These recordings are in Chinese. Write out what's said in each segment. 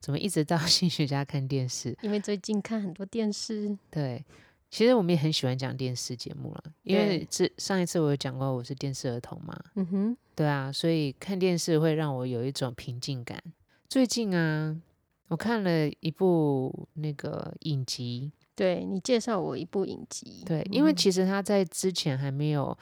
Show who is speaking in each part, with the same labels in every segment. Speaker 1: 怎么一直到性学家看电视？
Speaker 2: 因为最近看很多电视，
Speaker 1: 对，其实我们也很喜欢讲电视节目了，因为
Speaker 2: 对
Speaker 1: 这上一次我有讲过我是电视儿童嘛，
Speaker 2: 嗯哼，
Speaker 1: 对啊，所以看电视会让我有一种平静感。最近啊，我看了一部那个影集，
Speaker 2: 对你介绍我一部影集，
Speaker 1: 对，因为
Speaker 2: 嗯
Speaker 1: 其实它在之前还没有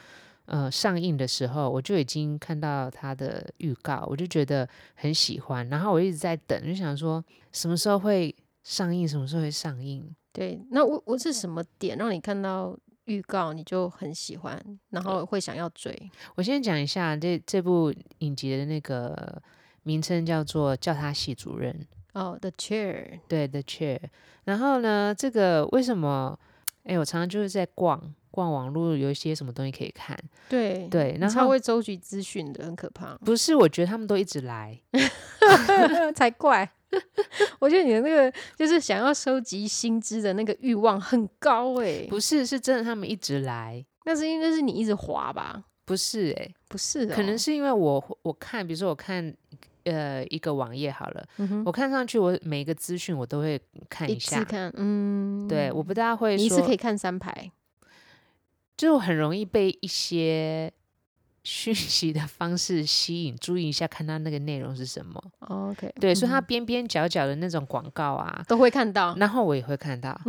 Speaker 1: 呃上映的时候，我就已经看到它的预告，我就觉得很喜欢，然后我一直在等，就想说什么时候会上映，什么时候会上映。
Speaker 2: 对，那我我是什么点让你看到预告你就很喜欢，然后会想要追？
Speaker 1: 我先讲一下这这部影集的那个名称叫做《叫他系主任》，
Speaker 2: 哦、t h e Chair，
Speaker 1: 对，The Chair。然后呢，这个为什么？哎，我常常就是在逛逛网络，有一些什么东西可以看，
Speaker 2: 对，
Speaker 1: 对，
Speaker 2: 嗯你
Speaker 1: 然
Speaker 2: 超
Speaker 1: 后，
Speaker 2: 会收集资讯的，很可怕
Speaker 1: 不是，我觉得他们都一直来，
Speaker 2: 才怪。 我觉得你的那个就是想要收集薪资的那个欲望很高诶、
Speaker 1: 不是，是真的，他们一直来，
Speaker 2: 那是应该是你一直滑吧？
Speaker 1: 不是、哎，
Speaker 2: 不是、哦，
Speaker 1: 可能是因为我我看，比如说我看呃一个网页好了，
Speaker 2: 嗯哼
Speaker 1: 我看上去我每一个资讯我都会看
Speaker 2: 一
Speaker 1: 一
Speaker 2: 次
Speaker 1: 下，
Speaker 2: 看，嗯，
Speaker 1: 对，我不大会
Speaker 2: 你一
Speaker 1: 说，
Speaker 2: 次可以看三排，
Speaker 1: 就我很容易被一些 讯息的方式吸引，注意一下看它那个内容是什么。
Speaker 2: OK，
Speaker 1: 对，所以
Speaker 2: 嗯
Speaker 1: 它
Speaker 2: 哦
Speaker 1: 边边角角的那种广告啊，
Speaker 2: 都会看到。
Speaker 1: 然后我也会看 到。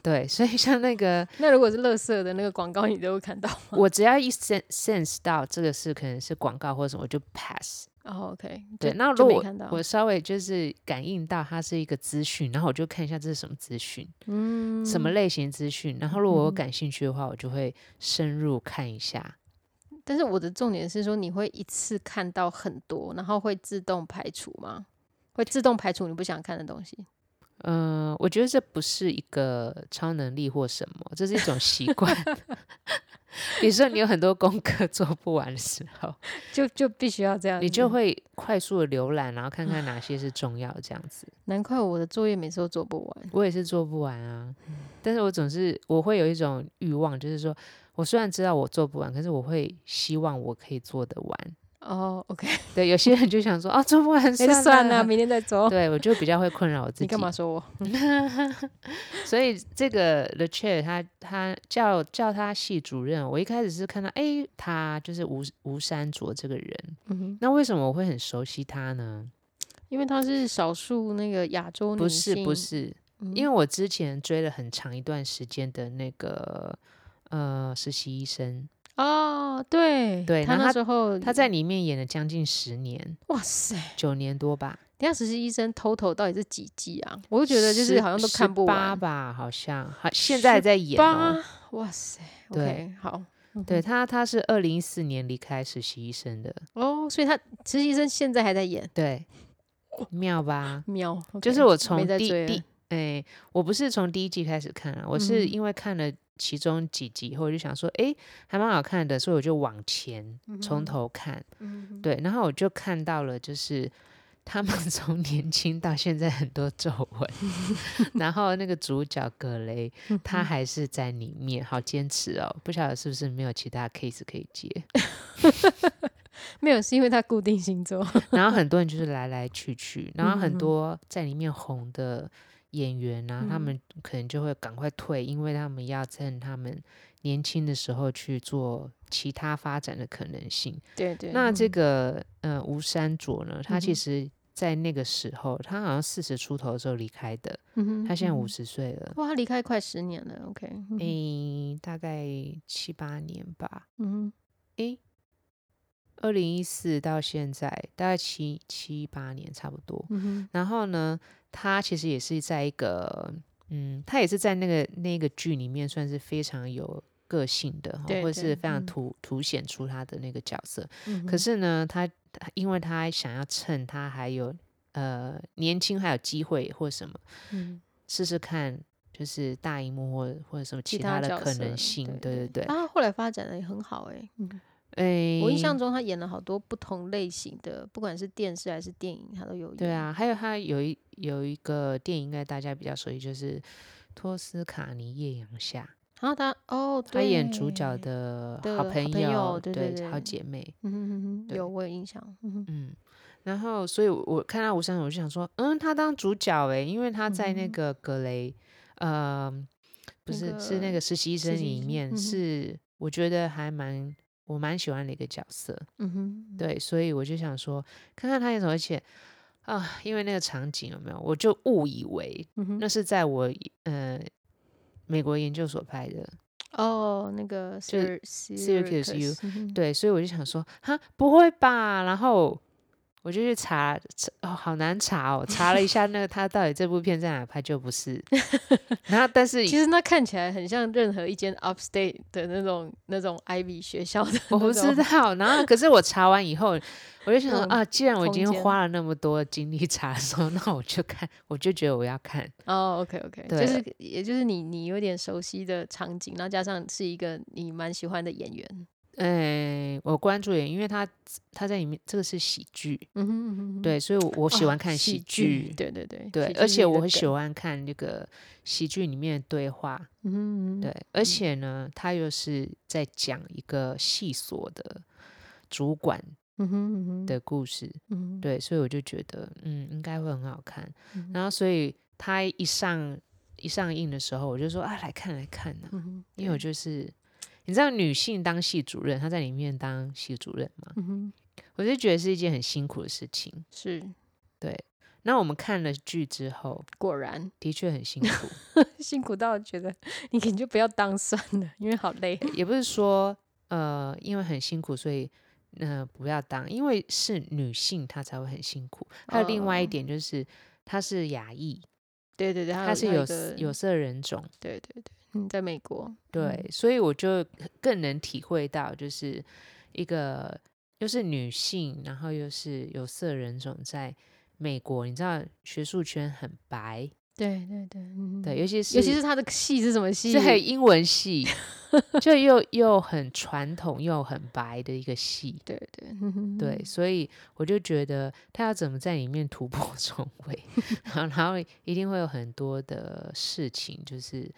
Speaker 1: 对，所以像那个，
Speaker 2: 那如果是乐色的那个广告，你都会看到。
Speaker 1: 我只要一 sense sense 到这个是可能是广告或者什么，我就 pass。
Speaker 2: 哦，OK，
Speaker 1: 对，
Speaker 2: 就
Speaker 1: 那
Speaker 2: 就
Speaker 1: 如
Speaker 2: 没
Speaker 1: 果
Speaker 2: 看到
Speaker 1: 我稍微就是感应到它是一个资讯，然后我就看一下这是什么资讯，
Speaker 2: 嗯
Speaker 1: 什么类型资讯，然后如果我
Speaker 2: 嗯
Speaker 1: 感兴趣的话，我就会深入看一下。
Speaker 2: 但是我的重点是说，你会一次看到很多，然后会自动排除吗？会自动排除你不想看的东西。
Speaker 1: 嗯，我觉得这不是一个超能力或什么，这是一种习惯。 比如说，你有很多功课 做不完的时候，
Speaker 2: 就就必须要这样
Speaker 1: 你就
Speaker 2: 子
Speaker 1: 会快速的浏览，然后看看哪些是重要，这样子。
Speaker 2: 难怪我的作业每次都做不完。
Speaker 1: 我也是做不完啊，
Speaker 2: 嗯
Speaker 1: 但是我总是我会有一种欲望，就是说我虽然知道我做不完，可是我会希望我可以做得完。
Speaker 2: 哦，OK，
Speaker 1: 对，有些人就想说啊，做不完
Speaker 2: 哎那就
Speaker 1: 算
Speaker 2: 算
Speaker 1: 了
Speaker 2: 了，明天 再做。
Speaker 1: 对，我就比较会困扰我自己。
Speaker 2: 你干嘛说我？
Speaker 1: 所以这个 The Chair 他他叫叫他系主任，我一开始是看到诶，他就是吴吴山卓这个人，
Speaker 2: 嗯哼，
Speaker 1: 那为什么我会很熟悉他呢？
Speaker 2: 因为她是少数那个亚洲女
Speaker 1: 不是
Speaker 2: 性
Speaker 1: 不，是，
Speaker 2: 嗯
Speaker 1: 因为我之前追了很长一段时间的那个呃实习医生，
Speaker 2: 哦，对
Speaker 1: 对
Speaker 2: 她
Speaker 1: 然后
Speaker 2: 那
Speaker 1: 她
Speaker 2: 时候
Speaker 1: 他在里面演了将近十年，
Speaker 2: 哇塞，
Speaker 1: 九年多吧，
Speaker 2: 等一下实习医生 total 到底是几季啊？我就觉得就是
Speaker 1: 10
Speaker 2: 好像都看不
Speaker 1: 18
Speaker 2: 完。
Speaker 1: 吧，好像好现在还在演、哦。
Speaker 2: 八，嗯哇塞
Speaker 1: 对
Speaker 2: ，OK，好，
Speaker 1: 对他，他是二零一四年离开实习医生的，
Speaker 2: 哦，所以他实习生现在还在演，
Speaker 1: 对，妙吧？
Speaker 2: 喵，OK，
Speaker 1: 就是我从
Speaker 2: 没在
Speaker 1: 第
Speaker 2: 追了
Speaker 1: 第哎，我不是从第一季开始看啊，我是
Speaker 2: 嗯
Speaker 1: 因为看了其中几集以后，我就想说，哎，还蛮好看的，所以我就往前从头看，
Speaker 2: 嗯
Speaker 1: 对，然后我就看到了，就是他们 从年轻到现在很多皱 纹，然后那个主角葛雷
Speaker 2: 嗯
Speaker 1: 他还是在里面，好坚持哦，不晓得是不是没有其他 case 可以接，
Speaker 2: 没有，是因为他固定星座，
Speaker 1: 然后很多人就是来来去去，然后
Speaker 2: 嗯嗯嗯
Speaker 1: 很多在里面红的演员啊，他
Speaker 2: 嗯
Speaker 1: 们可能就会赶快退，因为他们要趁他们年轻的时候去做其他发展的可能性。
Speaker 2: 对对。
Speaker 1: 那这
Speaker 2: 嗯
Speaker 1: 个呃吴山卓呢，他
Speaker 2: 嗯
Speaker 1: 其
Speaker 2: 哼
Speaker 1: 实在那个时候，他好像四十出头的时候离开的，
Speaker 2: 嗯哼
Speaker 1: 他现在
Speaker 2: 嗯
Speaker 1: 五
Speaker 2: 哼
Speaker 1: 十岁了，
Speaker 2: 哇，他离开快十年了，OK，嗯哼
Speaker 1: 诶、大概七八年吧，
Speaker 2: 嗯哼，
Speaker 1: 诶。二零一四到现在大概七七八年差不多，
Speaker 2: 嗯哼，
Speaker 1: 然后呢，他其实也是在一个，嗯，他也是在那个那个剧里面算是非常有个性的哈，
Speaker 2: 对
Speaker 1: 或者
Speaker 2: 对
Speaker 1: 是非常
Speaker 2: 嗯
Speaker 1: 凸、凸显出他的那个角色。
Speaker 2: 嗯
Speaker 1: 可
Speaker 2: 哼
Speaker 1: 是呢，他他因为他想要趁他还有。呃年轻还有机会或什么，
Speaker 2: 嗯，
Speaker 1: 试试看，就是大荧幕或或者什么
Speaker 2: 其
Speaker 1: 其他
Speaker 2: 角
Speaker 1: 的可
Speaker 2: 色
Speaker 1: 能性，对
Speaker 2: 对啊
Speaker 1: 对对，
Speaker 2: 他后来发展的也很好哎、嗯，
Speaker 1: 哎、
Speaker 2: 我印象中他演了好多不同类型的，不管是电视还是电影，他都有演。
Speaker 1: 对，啊，还有他有一有一个电影，应该大家比较熟悉，就是托斯卡尼艳阳下，
Speaker 2: 然后他哦，
Speaker 1: 他演主
Speaker 2: 对
Speaker 1: 角，的
Speaker 2: 的
Speaker 1: 好
Speaker 2: 好
Speaker 1: 朋
Speaker 2: 朋友对对
Speaker 1: 好
Speaker 2: 对
Speaker 1: 姐妹，
Speaker 2: 嗯哼哼哼
Speaker 1: 对
Speaker 2: 有我有印象，嗯哼
Speaker 1: 嗯。然后，所以我我看到吴珊，我就想说，嗯，他当主角诶，因为他在那
Speaker 2: 嗯
Speaker 1: 个格雷，呃，不
Speaker 2: 那
Speaker 1: 是、是那
Speaker 2: 个
Speaker 1: 个实习医
Speaker 2: 实
Speaker 1: 生
Speaker 2: 习医
Speaker 1: 里
Speaker 2: 生嗯
Speaker 1: 面，
Speaker 2: 哼
Speaker 1: 是我觉得还蛮我蛮喜欢的一个角色。
Speaker 2: 嗯哼，
Speaker 1: 对，所以我就想说，看看他有什么，而且啊，因为那个场景有没有，我就误以为
Speaker 2: 嗯哼，
Speaker 1: 那是在我呃美国研究所拍的，
Speaker 2: 哦，那个
Speaker 1: 就
Speaker 2: Syr-
Speaker 1: Syracuse U，
Speaker 2: 嗯哼，
Speaker 1: 对，所以我就想说，哈，不会吧？然后我就去查，查哦，好难查哦，查了一下那个他到底这部片在哪拍，就 不是。然后，但是
Speaker 2: 其实那看起来很像任何一间 upstate 的那种那种 Ivy 学校的那种，
Speaker 1: 我不知道，然后可是我查完以后，我就想说
Speaker 2: 那种
Speaker 1: 啊，既然我已
Speaker 2: 空
Speaker 1: 经
Speaker 2: 间
Speaker 1: 花了那么多精力查的时候，那我就看，我就觉得我要看。
Speaker 2: 哦，OK OK，
Speaker 1: 对
Speaker 2: 就是也就是你你有点熟悉的场景，然后加上是一个你蛮喜欢的演员，
Speaker 1: 哎，我关注演，因为他他在里面这个是喜剧，
Speaker 2: 嗯哼嗯哼，
Speaker 1: 对，所以我我
Speaker 2: 我
Speaker 1: 喜欢看喜剧，
Speaker 2: 对对对
Speaker 1: 对
Speaker 2: 喜，哦剧
Speaker 1: 而
Speaker 2: 是
Speaker 1: 且
Speaker 2: 一
Speaker 1: 我
Speaker 2: 个
Speaker 1: 很喜
Speaker 2: 梗，
Speaker 1: 欢看那个喜剧里面的对话，
Speaker 2: 嗯哼嗯哼
Speaker 1: 对，而且呢，他又是在讲一个系所的主管
Speaker 2: 嗯哼嗯哼，
Speaker 1: 的故事，
Speaker 2: 嗯哼，
Speaker 1: 对，所以我就觉得，嗯，应该会很好看。
Speaker 2: 嗯
Speaker 1: 然后，所以他一上一上映的时候，我就说啊，来看来看呢、
Speaker 2: 嗯哼，
Speaker 1: 因为我
Speaker 2: 对
Speaker 1: 就是你知道，女性当系主任，她在里面当系主任嘛，
Speaker 2: 嗯哼
Speaker 1: 我就觉得是一件很辛苦的事情。
Speaker 2: 是
Speaker 1: 那我们看了剧之后，
Speaker 2: 果然
Speaker 1: 的确很辛苦，
Speaker 2: 辛苦到觉得你可能就不要当算了，因为好累，
Speaker 1: 也不是说呃，因为很辛苦，所以呃不要当，因为是女性她才会很辛苦。还有另外一
Speaker 2: 嗯
Speaker 1: 点就是，她是亚裔，
Speaker 2: 对对对，
Speaker 1: 她是
Speaker 2: 有
Speaker 1: 有
Speaker 2: 一个嗯
Speaker 1: 有色人种，
Speaker 2: 对对对，嗯，在美国，
Speaker 1: 对，所以我就更能体会到，就是一个又是女性，然后又是有色人种，在美国，你知道学术圈很白，
Speaker 2: 对对对，嗯
Speaker 1: 对，，尤其是
Speaker 2: 尤其是他的戏是什么戏？
Speaker 1: 对英文系， 就又又很传统又很白的一个系。
Speaker 2: 对对嗯哼
Speaker 1: 对，所以我就觉得他要怎么在里面突破 重围，然后然后一定会有很多的事情，就是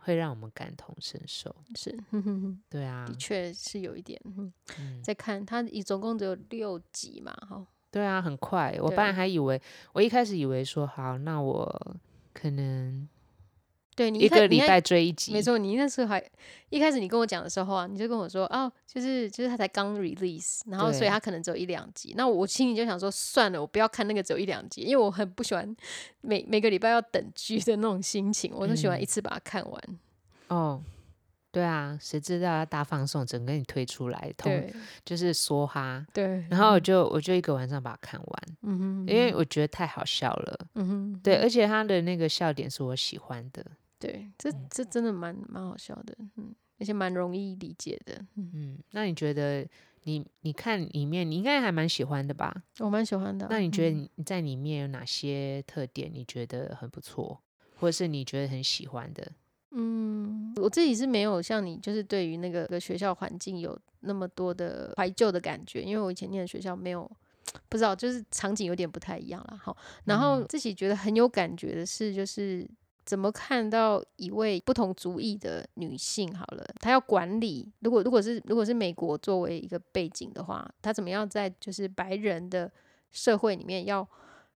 Speaker 1: 会让我们感同身受。
Speaker 2: 是，嗯哼哼
Speaker 1: 对啊
Speaker 2: 的，确是有一点。嗯
Speaker 1: 嗯
Speaker 2: 再看他一总共只有六集嘛，哈，
Speaker 1: 对啊，很快。我本
Speaker 2: 对
Speaker 1: 来还以为，我一开始以为说好，那我可能
Speaker 2: 对你
Speaker 1: 一
Speaker 2: 开
Speaker 1: 个礼，
Speaker 2: 你
Speaker 1: 拜追一集，
Speaker 2: 看没，错，你那时候还一开始你跟我讲的时候啊，你就跟我说哦，就是就是他才刚 release，然后所以
Speaker 1: 对
Speaker 2: 他可能只有一两集。那我心里就想说，算了，我不要看那个只有一两集，因为我很不喜欢每每个礼拜要等剧的那种心情，我都喜欢一
Speaker 1: 嗯
Speaker 2: 次把它看完。
Speaker 1: 哦，对啊，谁知道他大放送，整个你推出来，通
Speaker 2: 对
Speaker 1: 就是梭哈。
Speaker 2: 对，
Speaker 1: 然后我就我就一个晚上把它看完，
Speaker 2: 嗯哼，
Speaker 1: 因为我觉得太好笑了。
Speaker 2: 嗯哼，
Speaker 1: 对，而且他的那个笑点是我喜欢的。
Speaker 2: 对，这这真的蛮蛮好笑的，嗯，而且蛮容易理解的，嗯，
Speaker 1: 嗯，那你觉得你你看里面，你应该还蛮喜欢的吧？
Speaker 2: 我蛮喜欢的啊。
Speaker 1: 那你觉
Speaker 2: 嗯
Speaker 1: 得你在里面有哪些特点？你觉得很不错，或者是你觉得很喜欢的？
Speaker 2: 嗯，我自己是没有像你，就是对于那个个学校环境有那么多的怀旧的感觉，因为我以前念的学校没有，不知道就是场景有点不太一样啦。好，然后
Speaker 1: 嗯
Speaker 2: 自己觉得很有感觉的是，就是怎么看到一位不同族裔的女性，好了，她要管理，如果如果是如果是美国作为一个背景的话，她怎么样在就是白人的社会里面要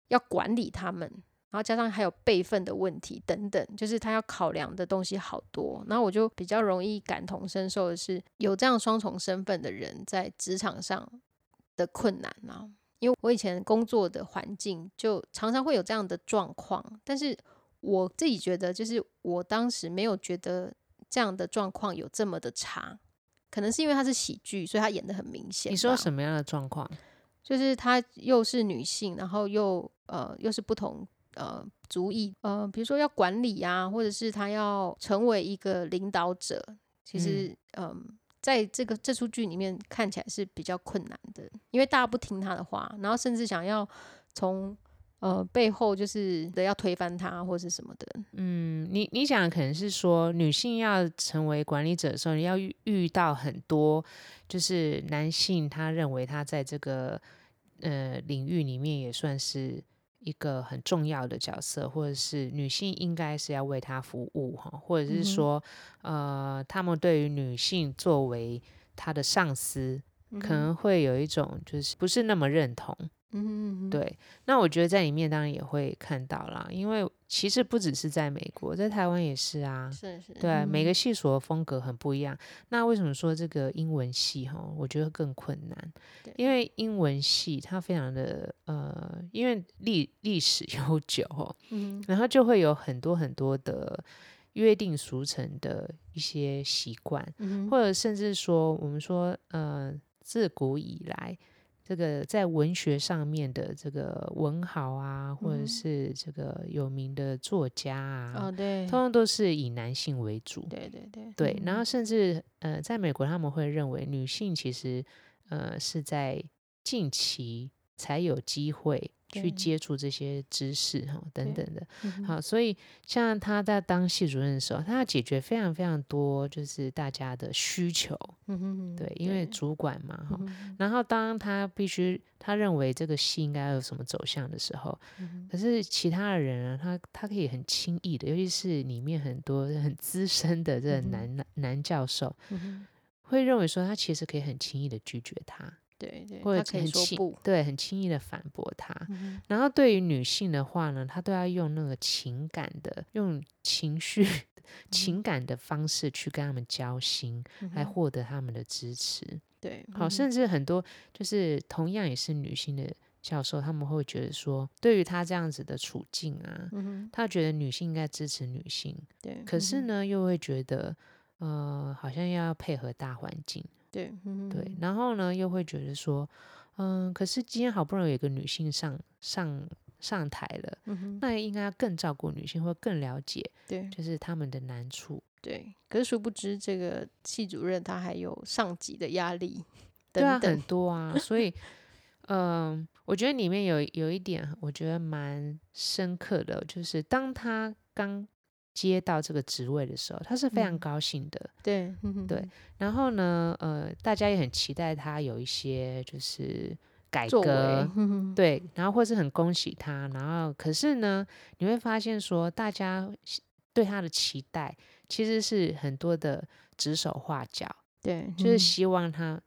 Speaker 2: 要管理他们，然后加上还有辈分的问题等等，就是他要考量的东西好多。然后我就比较容易感同身受的是，有这样双重身份的人在职场上的困难啊。因为我以前工作的环境就常常会有这样的状况，但是我自己觉得，就是我当时没有觉得这样的状况有这么的差，可能是因为他是喜剧，所以他演的很明显吧。
Speaker 1: 你说什么样的状况？
Speaker 2: 就是她又是女性，然后又呃又是不同呃族裔，呃比如说要管理啊，或者是她要成为一个领导者，其实嗯、在这个这出剧里面看起来是比较困难的，因为大家不听她的话，然后甚至想要从呃背后就是的要推翻他或是什么的。
Speaker 1: 嗯，你你讲的可能是说，女性要成为管理者的时候，你要遇遇到很多，就是男性他认为他在这个呃领域里面也算是一个很重要的角色，或者是女性应该是要为他服务哈，或者是
Speaker 2: 嗯哼
Speaker 1: 说、呃，他们对于女性作为他的上司，
Speaker 2: 嗯
Speaker 1: 可能会有一种就是不是那么认同。
Speaker 2: 嗯，嗯，嗯
Speaker 1: 对，那我觉得在里面当然也会看到啦，因为其实不只是在美国，在台湾也是啊
Speaker 2: 嗯。是是，
Speaker 1: 对啊，
Speaker 2: 嗯
Speaker 1: 每个系所的风格很不一样。那为什么说这个英文系哈，我觉得更困难
Speaker 2: 对？
Speaker 1: 因为英文系它非常的呃，因为历历史悠久哦，
Speaker 2: 嗯
Speaker 1: 然后就会有很多很多的约定俗成的一些习惯，
Speaker 2: 嗯
Speaker 1: 或者甚至说，我们说，呃，自古以来，这个在文学上面的这个文豪啊，或
Speaker 2: 嗯
Speaker 1: 者
Speaker 2: 哼
Speaker 1: 是这个有名的作家啊，
Speaker 2: 哦对
Speaker 1: 通，通都是以男性为主。
Speaker 2: 对对对嗯
Speaker 1: 对，然后甚至呃，在美国他们会认为女性其实呃是在近期才有机会去
Speaker 2: 对
Speaker 1: 接触这些知识哈等
Speaker 2: 对
Speaker 1: 等的。
Speaker 2: 嗯
Speaker 1: 好，所以像他在当系主任的时候，他要解决非常非常多就是大家的需求，
Speaker 2: 嗯哼
Speaker 1: 对，因为主管嘛哈。
Speaker 2: 嗯哼
Speaker 1: 然后当他必须他认为这个系应该有什么走向的时候，
Speaker 2: 嗯
Speaker 1: 可是其他的人啊，他他可以很轻易的，尤其是里面很多很资深的这个
Speaker 2: 嗯哼
Speaker 1: 男、男教授，
Speaker 2: 哼嗯哼
Speaker 1: 会认为说他其实可以很轻易的拒绝他，
Speaker 2: 对对，
Speaker 1: 或
Speaker 2: 他
Speaker 1: 者
Speaker 2: 可
Speaker 1: 很
Speaker 2: 以说
Speaker 1: 轻
Speaker 2: 不，
Speaker 1: 对，很轻易的反驳他。
Speaker 2: 嗯
Speaker 1: 然后对于女性的话呢，她都要用那个情感的，用情绪、情感的方式去跟他们交心，
Speaker 2: 哼
Speaker 1: 来
Speaker 2: 嗯嗯哼
Speaker 1: 获得他们的支持。
Speaker 2: 对，
Speaker 1: 好，
Speaker 2: 嗯
Speaker 1: 甚至很多就是同样也是女性的教授，他们会觉得说，对于她这样子的处境啊，
Speaker 2: 嗯哼
Speaker 1: 她觉得女性应该支持女性，
Speaker 2: 对，
Speaker 1: 可
Speaker 2: 嗯
Speaker 1: 是
Speaker 2: 哼
Speaker 1: 呢，又会觉得。呃，好像要配合大环境，
Speaker 2: 对嗯
Speaker 1: 对，
Speaker 2: 哼
Speaker 1: 然后呢又会觉得说，嗯，可是今天好不容易有一个女性上上上台了，
Speaker 2: 嗯哼
Speaker 1: 那应该更照顾女性，或更了解
Speaker 2: 对
Speaker 1: 就是他们的难处。
Speaker 2: 对，可是殊不知这个系主任他还有上级的压力
Speaker 1: 对啊，
Speaker 2: 等
Speaker 1: 很
Speaker 2: 等，
Speaker 1: 多啊，所以，嗯，我觉得里面有有一点，我觉得蛮深刻的，就是当他刚接到这个职位的时候，他是非常
Speaker 2: 嗯
Speaker 1: 高兴的。
Speaker 2: 对嗯哼
Speaker 1: 对然后呢，呃，大家也很期待他有一些就是改
Speaker 2: 作为
Speaker 1: 革，
Speaker 2: 嗯哼
Speaker 1: 对，然后或是很恭喜他，然后可是呢，你会发现说，大家喜对他的期待其实是很多的指手画脚，
Speaker 2: 对，
Speaker 1: 就是
Speaker 2: 嗯
Speaker 1: 希望他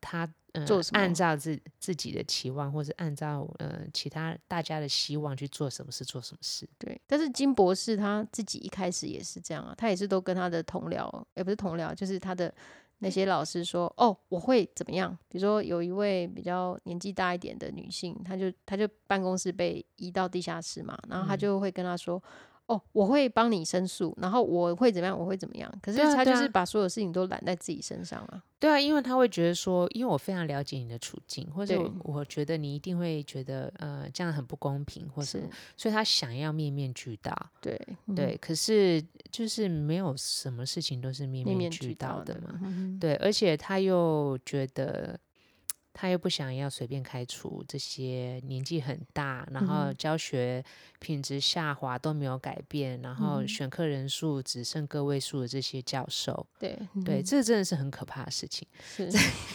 Speaker 1: 他呃
Speaker 2: 做什
Speaker 1: 按
Speaker 2: 么
Speaker 1: 照自自己的期望，或是按照呃其他大家的希望去做什么事，做什么事。
Speaker 2: 对，但是金博士他自己一开始也是这样啊，他也是都跟他的同僚，也不是同僚，就是他的那些老师说，哦，我会怎么样？比如说有一位比较年纪大一点的女性，她就她就办公室被移到地下室嘛，然后她
Speaker 1: 嗯
Speaker 2: 就会跟他说。哦，我会帮你申诉，然后我会怎么样？我会怎么样？可是
Speaker 1: 对啊
Speaker 2: 他
Speaker 1: 对
Speaker 2: 就是
Speaker 1: 啊
Speaker 2: 把所有事情都揽在自己身上啊。
Speaker 1: 对啊，因为他会觉得说，因为我非常了解你的处境，或者
Speaker 2: 对
Speaker 1: 我我觉得你一定会觉得呃这样很不公平，或什
Speaker 2: 是
Speaker 1: 么，，所以他想要面面俱到。
Speaker 2: 对，嗯
Speaker 1: 对，可是就是没有什么事情都是面
Speaker 2: 面面
Speaker 1: 俱
Speaker 2: 俱
Speaker 1: 到
Speaker 2: 到
Speaker 1: 的嘛。
Speaker 2: 嗯哼
Speaker 1: 对，而且他又觉得，他又不想要随便开除这些年纪很大，然后
Speaker 2: 嗯
Speaker 1: 教学品质下滑都没有改变，然后
Speaker 2: 嗯
Speaker 1: 选课人数只剩个位数的这些教授，
Speaker 2: 对
Speaker 1: 对，
Speaker 2: 嗯
Speaker 1: 这真的是很可怕的事情。
Speaker 2: 是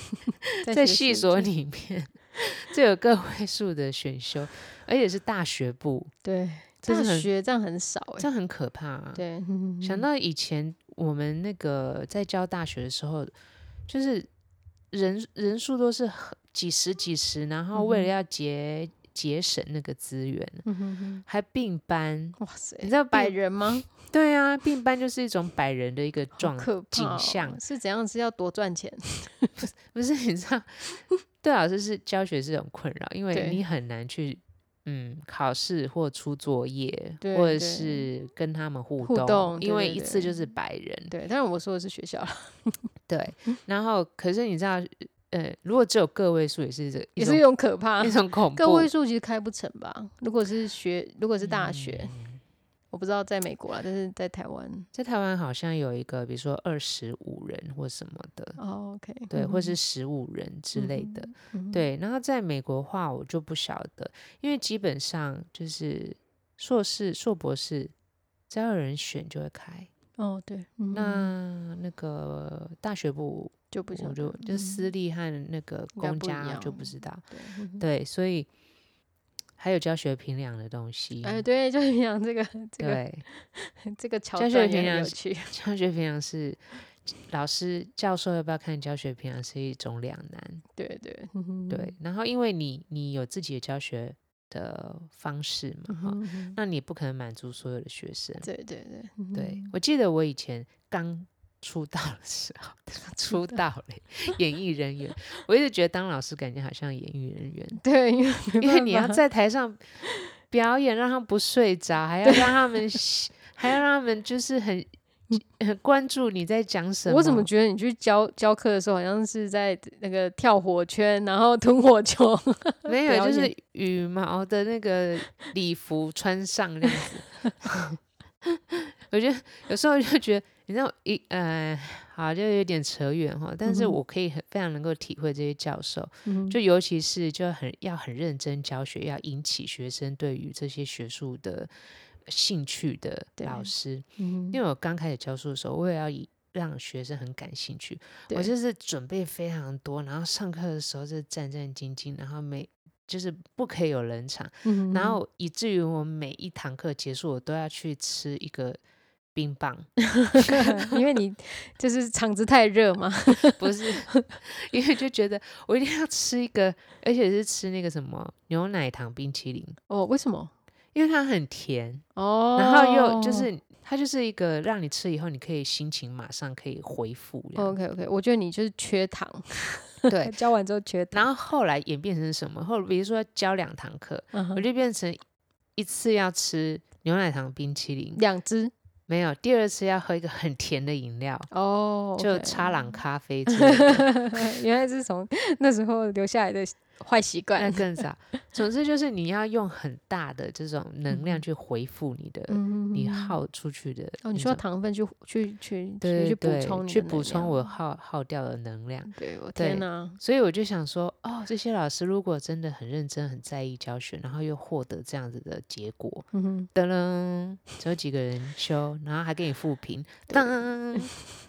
Speaker 2: 学
Speaker 1: 在系
Speaker 2: 术
Speaker 1: 所
Speaker 2: 界
Speaker 1: 里面， 这有个位数的选修，而且是大学部，
Speaker 2: 对
Speaker 1: 这
Speaker 2: 大
Speaker 1: 是很
Speaker 2: 学这样很少哎、
Speaker 1: 这很可怕、啊。
Speaker 2: 对，嗯
Speaker 1: 想
Speaker 2: 嗯
Speaker 1: 到以前我们那个在教大学的时候，就是人人数都是很几十几十，然后为了
Speaker 2: 嗯哼
Speaker 1: 要节节省那个资源，
Speaker 2: 嗯哼哼
Speaker 1: 还并班。
Speaker 2: 哇塞，
Speaker 1: 你知道
Speaker 2: 百
Speaker 1: 并
Speaker 2: 人吗？
Speaker 1: 对啊，并班就是一种百人的一个状
Speaker 2: 可怕
Speaker 1: 景
Speaker 2: 哦
Speaker 1: 象，
Speaker 2: 是怎样？是要多赚钱？
Speaker 1: 不是你知道，对老师是教学是一种困扰，因为
Speaker 2: 对
Speaker 1: 你很难去嗯考试或出作业，
Speaker 2: 对
Speaker 1: 或者
Speaker 2: 对
Speaker 1: 是跟他们互
Speaker 2: 互动
Speaker 1: 因
Speaker 2: 对
Speaker 1: 为
Speaker 2: 对
Speaker 1: 一次
Speaker 2: 对
Speaker 1: 就是百人，
Speaker 2: 对，但是我说的是学校啦，
Speaker 1: 对，
Speaker 2: 嗯
Speaker 1: 然后可是你知道，呃，如果只有个位数，也是这 一
Speaker 2: 也
Speaker 1: 种
Speaker 2: 是一啊种可怕
Speaker 1: 一。种恐怖。嗯
Speaker 2: 个位数其实开不成吧？如果是学，如果是大学，我不知道在美国啊，但是在台湾。
Speaker 1: 在台湾好像有一个，比如说二十五人或什么的，
Speaker 2: 哦，OK，
Speaker 1: 对，或是十五人之类的。
Speaker 2: 嗯哼，
Speaker 1: 对，然后在美国话我就不晓得，因为基本上就是硕士、硕博士，只要有人选就会开。
Speaker 2: 嗯哦，对，嗯
Speaker 1: 那那个大学部，
Speaker 2: 就不
Speaker 1: 我
Speaker 2: 想
Speaker 1: 就就私立和那个
Speaker 2: 应该
Speaker 1: 公
Speaker 2: 不一
Speaker 1: 家就不
Speaker 2: 样
Speaker 1: 知道。
Speaker 2: 对，嗯哼
Speaker 1: 对，所以还有教学评量的东西。
Speaker 2: 哎，对，就是讲这个这个
Speaker 1: 嗯对，
Speaker 2: 这个桥
Speaker 1: 教
Speaker 2: 段
Speaker 1: 学
Speaker 2: 也
Speaker 1: 平
Speaker 2: 很
Speaker 1: 常
Speaker 2: 有
Speaker 1: 是
Speaker 2: 趣，
Speaker 1: 教学评量是老师教授要不要看教学评量是一种两难。
Speaker 2: 对对，嗯哼
Speaker 1: 对，，然后因为你你有自己的教学的方式嘛，
Speaker 2: 嗯
Speaker 1: 哈、
Speaker 2: 哼嗯哼
Speaker 1: 那你不可能满足所有的学生。
Speaker 2: 对对对，嗯
Speaker 1: 对，我记得我以前刚出道的时候，出道嘞，演艺人员，我一直觉得当老师感觉好像演艺人员，
Speaker 2: 对，因为没
Speaker 1: 因为
Speaker 2: 办
Speaker 1: 你要
Speaker 2: 法
Speaker 1: 在台上表演，让他们不睡着，还要让他们吸，还要让他们就是很很关注你在讲什
Speaker 2: 嗯
Speaker 1: 么。
Speaker 2: 我怎么觉得你去教教课的时候，好像是在那个跳火圈，然后吞火球？
Speaker 1: 没有？
Speaker 2: 表
Speaker 1: 就是
Speaker 2: 演
Speaker 1: 羽毛的那个礼服穿上这样子。 我觉得有时候就觉得，你知道一呃，好就有点扯远哈，但是
Speaker 2: 嗯哼
Speaker 1: 我可以很非常能够体会这些教授，
Speaker 2: 嗯
Speaker 1: 就尤其是就很要很认真教学，要引起学生对于这些学术的兴趣的
Speaker 2: 对
Speaker 1: 老师。
Speaker 2: 嗯
Speaker 1: 因为我刚开始教书的时候，我也要以让学生很感兴趣，我
Speaker 2: 对
Speaker 1: 就是准备非常多，然后上课的时候就是战战兢兢，然后每就是不可以有冷场，
Speaker 2: 嗯
Speaker 1: 然后以至于我每一堂课结束，我都要去吃一个冰 棒，
Speaker 2: 因为你就是场子太热嘛，
Speaker 1: 不是， 因为就觉得我一定要吃一个，而且是吃那个什么牛奶糖冰淇淋，
Speaker 2: 哦，为什么？
Speaker 1: 因为它很甜，
Speaker 2: 哦，
Speaker 1: 然后又就是它就是一个让你吃以后，你可以心情马上可以恢复这样。
Speaker 2: OK OK，我觉得你就是缺糖，
Speaker 1: 对
Speaker 2: 教完之后缺糖，
Speaker 1: 然后后来演变成什么？后比如说教两堂课，
Speaker 2: 嗯哼
Speaker 1: 我就变成一次要吃牛奶糖冰淇淋，
Speaker 2: 两只
Speaker 1: 没有；第二次要喝一个很甜的饮料，
Speaker 2: 哦，
Speaker 1: 就
Speaker 2: OK
Speaker 1: 插朗咖啡之 类的
Speaker 2: 原来是从那时候留下来的坏习
Speaker 1: 那
Speaker 2: 惯。
Speaker 1: 更早。总之就是你要用很大的这种能量去回复你的，
Speaker 2: 嗯
Speaker 1: 你耗出去的那
Speaker 2: 哦，
Speaker 1: 种。
Speaker 2: 你需要糖分去去去
Speaker 1: 对
Speaker 2: 去补
Speaker 1: 对
Speaker 2: 充你
Speaker 1: 去
Speaker 2: 的
Speaker 1: 补
Speaker 2: 能
Speaker 1: 充
Speaker 2: 量
Speaker 1: 我。耗耗掉的能量。
Speaker 2: 对，我
Speaker 1: 对
Speaker 2: 天哪！
Speaker 1: 所以我就想说，哦，这些老师如果真的很认真、很在意教学，然后又获得这样子的结果，
Speaker 2: 嗯哼，
Speaker 1: 噔噔，只有几个人修，然后还给你复评，
Speaker 2: 对
Speaker 1: 噔，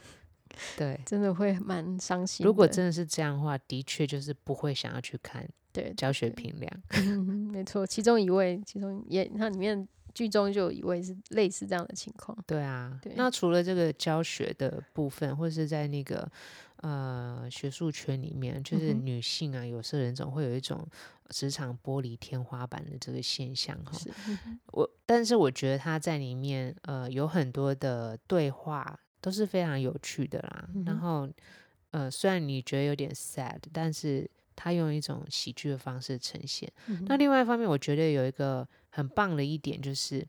Speaker 1: 对。
Speaker 2: 真的会蛮伤心的。
Speaker 1: 如果真的是这样的话，的确就是不会想要去看
Speaker 2: 对
Speaker 1: 教学
Speaker 2: 对
Speaker 1: 评量。
Speaker 2: 嗯哼没错，其中一位，其中也那里面剧中就有一位是类似这样的情况。
Speaker 1: 对啊，
Speaker 2: 对
Speaker 1: 那除了这个教学的部分，或是在那个呃学术圈里面，就是
Speaker 2: 嗯哼
Speaker 1: 女性啊，有色人种会有一种职场玻璃天花板的这个现象哈。
Speaker 2: 是，嗯哼
Speaker 1: 我但是我觉得他在里面呃有很多的对话都是非常有趣的啦。然
Speaker 2: 嗯哼
Speaker 1: 后呃虽然你觉得有点 sad，但是他用一种喜剧的方式呈现。
Speaker 2: 嗯
Speaker 1: 那
Speaker 2: 哼
Speaker 1: 另外一方面，我觉得有一个很棒的一点就是。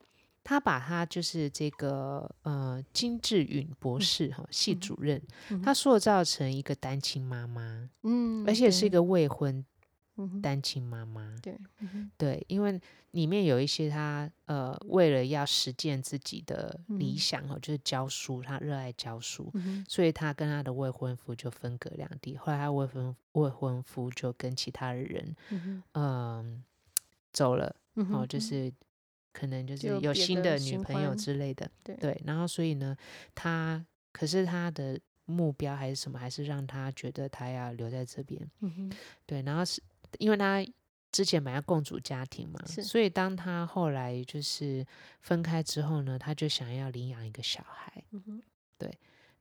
Speaker 1: 他把他就是这个呃金志允博士哈、系
Speaker 2: 嗯
Speaker 1: 主任，
Speaker 2: 嗯
Speaker 1: 他塑造成一个单亲妈妈，
Speaker 2: 嗯，
Speaker 1: 而且是一
Speaker 2: 对，
Speaker 1: 个未婚
Speaker 2: 嗯哼
Speaker 1: 单亲妈妈。
Speaker 2: 对，嗯哼
Speaker 1: 对，因为里面有一些他呃，为了要实践自己的理
Speaker 2: 嗯
Speaker 1: 想哦，就是教书，他热爱教书，
Speaker 2: 嗯哼
Speaker 1: 所以他跟他的未婚夫就分隔两地。后来他未婚未婚夫就跟其他的人，
Speaker 2: 嗯哼
Speaker 1: 嗯、走了，
Speaker 2: 嗯哼，
Speaker 1: 哦，就是可能就是
Speaker 2: 就
Speaker 1: 有
Speaker 2: 别
Speaker 1: 新
Speaker 2: 的
Speaker 1: 的女
Speaker 2: 新
Speaker 1: 朋友
Speaker 2: 欢
Speaker 1: 之类的，
Speaker 2: 对
Speaker 1: 然后所以呢，他可是他的目标还是什么，还是让他觉得他要留在这边，
Speaker 2: 嗯哼，
Speaker 1: 对，然后是因为他之前本来共主家庭嘛，
Speaker 2: 是
Speaker 1: 所以当他后来就是分开之后呢，他就想要领养一个小孩。
Speaker 2: 嗯哼，